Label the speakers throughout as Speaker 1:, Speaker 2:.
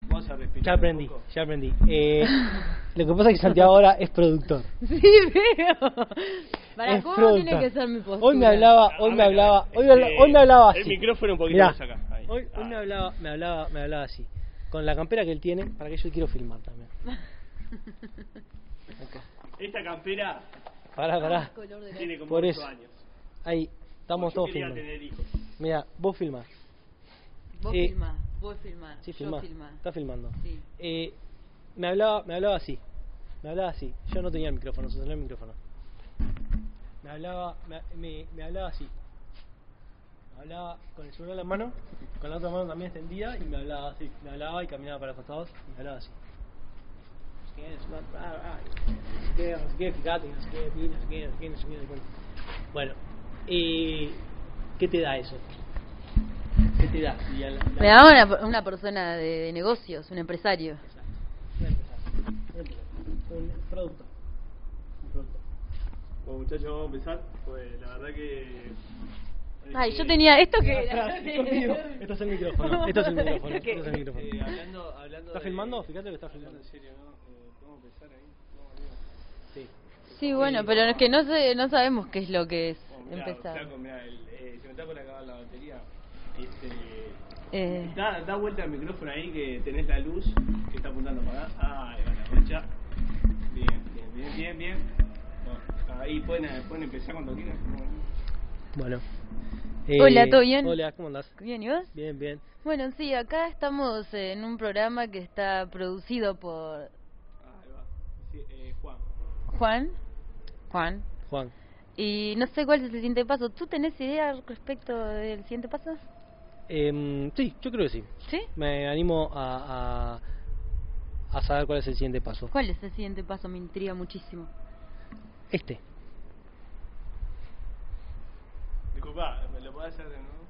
Speaker 1: ya respiré
Speaker 2: Ya
Speaker 1: un
Speaker 2: aprendí,
Speaker 1: poco.
Speaker 2: ya aprendí. Eh, lo que pasa es que Santiago ahora es productor.
Speaker 3: Sí, veo. Para
Speaker 2: Es
Speaker 3: cómo
Speaker 2: productor.
Speaker 3: tiene que ser mi postura.
Speaker 2: Hoy me hablaba, hoy me
Speaker 1: Ah,
Speaker 2: hablaba,
Speaker 1: bueno,
Speaker 2: hoy, me habla-
Speaker 1: eh,
Speaker 2: hoy me hablaba así.
Speaker 1: El micrófono un poquito
Speaker 2: Mirá,
Speaker 1: más acá. Ahí.
Speaker 2: Hoy, hoy me
Speaker 1: Ah.
Speaker 2: hablaba, me hablaba, me hablaba así. Con la campera que él tiene, para que yo quiero filmar también. Acá.
Speaker 1: Esta campera
Speaker 2: Pará, pará.
Speaker 3: Color de la-
Speaker 1: tiene como
Speaker 2: Por
Speaker 1: 8
Speaker 2: eso.
Speaker 1: años.
Speaker 2: Ahí, estamos
Speaker 1: Yo
Speaker 2: todos
Speaker 1: quería
Speaker 2: filmando.
Speaker 1: tener hijos.
Speaker 2: Mira, vos filmás.
Speaker 3: Vos
Speaker 2: Eh,
Speaker 3: filmás, vos filmás.
Speaker 2: Sí,
Speaker 3: yo
Speaker 2: filmás.
Speaker 3: filmás.
Speaker 2: Estás filmando.
Speaker 3: Sí.
Speaker 2: Eh, me hablaba, me hablaba así. Me hablaba así. Yo no tenía el micrófono, se tenía el micrófono. Me hablaba, me, me- me hablaba así. Me hablaba con el celular en la mano, con la otra mano también extendida y me hablaba así. Me hablaba y caminaba para los costados y me hablaba así. No sé qué, no sé cuánto, ah, ah, no sé qué, no sé qué, fíjate, no sé qué, pi, no sé qué, no sé qué, no sé qué, no sé cuánto. Bueno, eh, ¿qué te da eso? ¿Qué te da? Y a la- la-
Speaker 3: Me da una, una persona de, de negocios, un empresario.
Speaker 2: Voy a empezar. Voy a empezar. Un producto. Un producto.
Speaker 1: Bueno, muchachos, vamos a empezar. Pues la verdad que.
Speaker 3: Ay,
Speaker 1: eh,
Speaker 3: yo tenía esto que
Speaker 2: Pará,
Speaker 3: era.
Speaker 2: pará, esto es mío. Esto es el micrófono. Esto es el micrófono.
Speaker 3: Esto que-
Speaker 2: Esto es el micrófono.
Speaker 1: eh, hablando, hablando
Speaker 2: ¿Estás
Speaker 1: de-
Speaker 2: filmando? Fíjate que estás
Speaker 1: Hablando en
Speaker 2: filmando.
Speaker 1: serio, ¿no? Eh, ¿Podemos empezar ahí? Vamos arriba.
Speaker 2: Sí.
Speaker 3: Sí, bueno, pero es que no, sé, no sabemos qué es lo que es
Speaker 1: Bueno, mirá,
Speaker 3: empezar.
Speaker 1: flaco, mirá, el- eh, se me está por acabar la batería. Este,
Speaker 3: Eh,
Speaker 1: Da, da vuelta al micrófono ahí que tenés la luz que está apuntando para acá. Ah, ahí va la concha. Bien, bien, bien, bien, bien. Bueno, ahí pueden, pueden empezar cuando quieran.
Speaker 2: Bueno. eh,
Speaker 3: Hola, ¿todo bien?
Speaker 2: Hola, ¿cómo andás?
Speaker 3: ¿Bien, y vos?
Speaker 2: Bien, bien.
Speaker 3: Bueno, sí, acá estamos en un programa que está producido por
Speaker 1: Ah, ahí va. Sí, eh, Juan.
Speaker 3: Juan. Juan.
Speaker 2: Juan.
Speaker 3: Y no sé cuál es el siguiente paso. ¿Tú tenés idea respecto del siguiente paso?
Speaker 2: Em, sí, yo creo que sí.
Speaker 3: ¿Sí?
Speaker 2: Me animo a, a, a saber cuál es el siguiente paso.
Speaker 3: ¿Cuál es el siguiente paso? Me intriga muchísimo.
Speaker 2: Este.
Speaker 1: Disculpa, ¿me lo podés hacer de nuevo?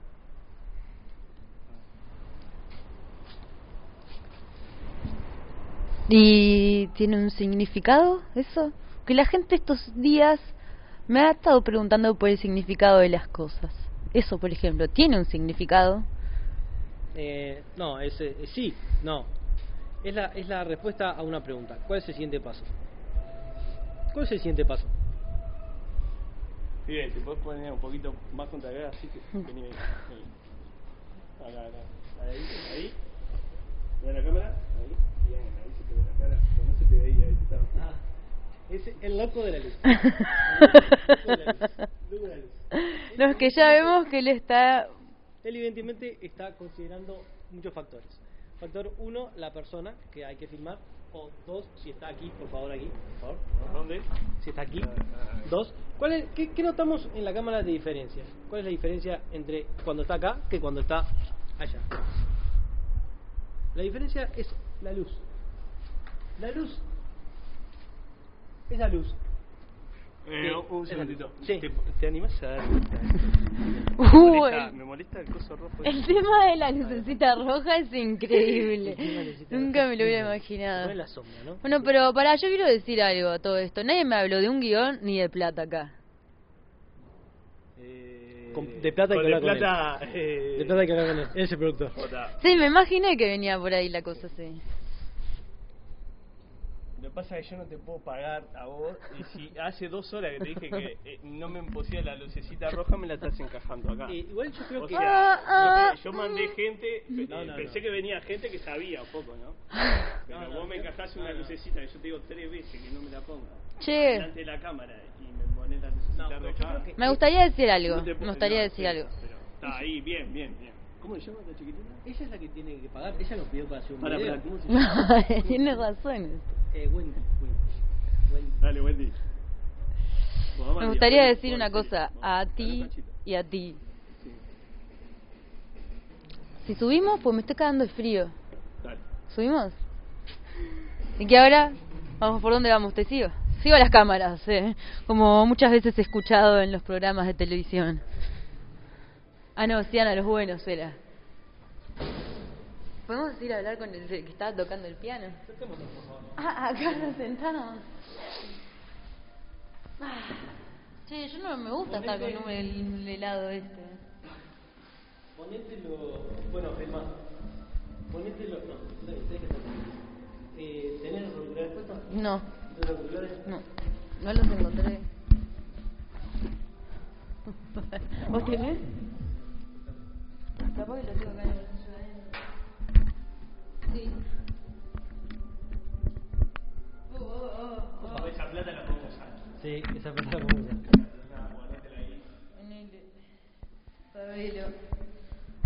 Speaker 3: ¿Y tiene un significado eso? Que la gente estos días me ha estado preguntando por el significado de las cosas. Eso, por ejemplo, ¿tiene un significado?
Speaker 2: Eh, no, es, eh, sí, no. Es la, es la respuesta a una pregunta. ¿Cuál es el siguiente paso? ¿Cuál es el siguiente paso?
Speaker 1: Bien, eh, te podés poner un poquito más contra acá, así que vení, vení. vení. Acá, acá. Ahí, ahí. Ve la cámara, ahí. Bien, ahí se te ve la cara. Cuando se te veía, ahí te estaba.
Speaker 2: Ah, es el loco de la luz.
Speaker 3: Los que ya vemos que él está...
Speaker 2: Él evidentemente está considerando muchos factores. Factor uno, la persona que hay que filmar. O dos, si está aquí, por favor, aquí. Por favor.
Speaker 1: Ah, ¿Dónde?
Speaker 2: Si está aquí.
Speaker 1: Ah, ah.
Speaker 2: Dos, ¿cuál es- qué, qué notamos en la cámara de diferencia? ¿Cuál es la diferencia entre cuando está acá que cuando está allá? La diferencia es la luz. La luz es la luz.
Speaker 1: Eh,
Speaker 2: Sí,
Speaker 1: un
Speaker 2: es
Speaker 1: segundito.
Speaker 2: así. Sí. Uh,
Speaker 1: ¿Te, te animás a dar vuelta? Me
Speaker 3: Uy.
Speaker 1: molesta- me molesta el coso rojo.
Speaker 3: Uh,
Speaker 1: este.
Speaker 3: El tema de la lucecita roja es increíble.
Speaker 2: El tema de la lucecita
Speaker 3: Nunca
Speaker 2: roja
Speaker 3: me lo hubiera
Speaker 2: es
Speaker 3: imaginado.
Speaker 2: No es la sombra, ¿no?
Speaker 3: Bueno, pero para yo quiero decir algo a todo esto. Nadie me habló de un guión ni de plata acá.
Speaker 1: Eh,
Speaker 2: Con- de plata hay
Speaker 1: con
Speaker 2: que
Speaker 1: de
Speaker 2: hablar con
Speaker 1: plata, eh,
Speaker 2: De plata hay que hablar con él. Él es el productor.
Speaker 1: Jota.
Speaker 3: Sí, me imaginé que venía por ahí la cosa así.
Speaker 1: Lo que pasa es que yo no te puedo pagar a vos. Y si hace dos horas que te dije que eh, no me empocía la lucecita roja, me la estás encajando acá.
Speaker 2: Eh, igual yo creo
Speaker 1: O
Speaker 2: que...
Speaker 3: Ah,
Speaker 1: sea,
Speaker 3: ah,
Speaker 1: yo, yo mandé gente, pe- eh,
Speaker 2: No, no,
Speaker 1: pensé
Speaker 2: no.
Speaker 1: que venía gente que sabía un poco, ¿no? Pero
Speaker 2: No, no,
Speaker 1: vos me
Speaker 2: yo-
Speaker 1: encajaste
Speaker 2: no,
Speaker 1: una
Speaker 2: no.
Speaker 1: lucecita que yo te digo tres veces que no me la ponga.
Speaker 3: Che,
Speaker 1: Delante de la cámara y me pones la lucecita
Speaker 2: No, pero yo
Speaker 1: roja.
Speaker 2: creo que-
Speaker 3: me gustaría decir
Speaker 1: No
Speaker 3: algo.
Speaker 1: te puedo-
Speaker 3: Me gustaría
Speaker 1: no,
Speaker 3: decir
Speaker 1: sí,
Speaker 3: algo.
Speaker 1: pero Está ahí, bien, bien, bien. ¿Cómo se llama esta chiquitina?
Speaker 2: Ella es la que tiene que pagar. Ella lo pidió para hacer un
Speaker 1: Para,
Speaker 2: video.
Speaker 1: para, ¿cómo se llama?
Speaker 3: No, tienes razón.
Speaker 2: Eh, Wendy. Wendy. Wendy.
Speaker 1: Dale, Wendy. Bueno,
Speaker 3: Me
Speaker 1: Wendy,
Speaker 3: gustaría
Speaker 1: Wendy,
Speaker 3: decir una
Speaker 1: Wendy,
Speaker 3: cosa
Speaker 1: vamos,
Speaker 3: a
Speaker 1: dale un
Speaker 3: ti
Speaker 1: cachito.
Speaker 3: y a ti.
Speaker 1: Sí,
Speaker 3: Si subimos, pues me está cagando el frío.
Speaker 1: Dale.
Speaker 3: ¿Subimos? Y que ahora, vamos, ¿por dónde vamos? ¿Te sigo? Sigo las cámaras, eh, como muchas veces he escuchado en los programas de televisión. Ah, no, sí, a los buenos era. ¿Podemos ir a hablar con el que estaba tocando el piano? Ah, acá nos sentamos. Ah, Che, yo no me gusta estar con un hel- helado este.
Speaker 2: Ponételo. Bueno, es más. Ponételo. No, tenés que estar.
Speaker 1: Eh,
Speaker 3: No. No. No los encontré. ¿Vos tenés? Capaz que los tengo acá en el bolsillo adentro. Sí. Oh, oh, oh, oh.
Speaker 1: Esa plata la podemos usar.
Speaker 2: Sí,
Speaker 3: oh.
Speaker 2: esa plata la podemos usar.
Speaker 3: En el... Sabelo.